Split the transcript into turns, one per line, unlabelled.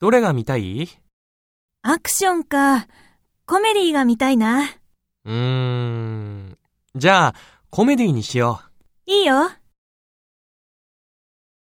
どれが見たい
アクションか。コメディが見たいな。
うーん。じゃあ、コメディにしよう。
いいよ。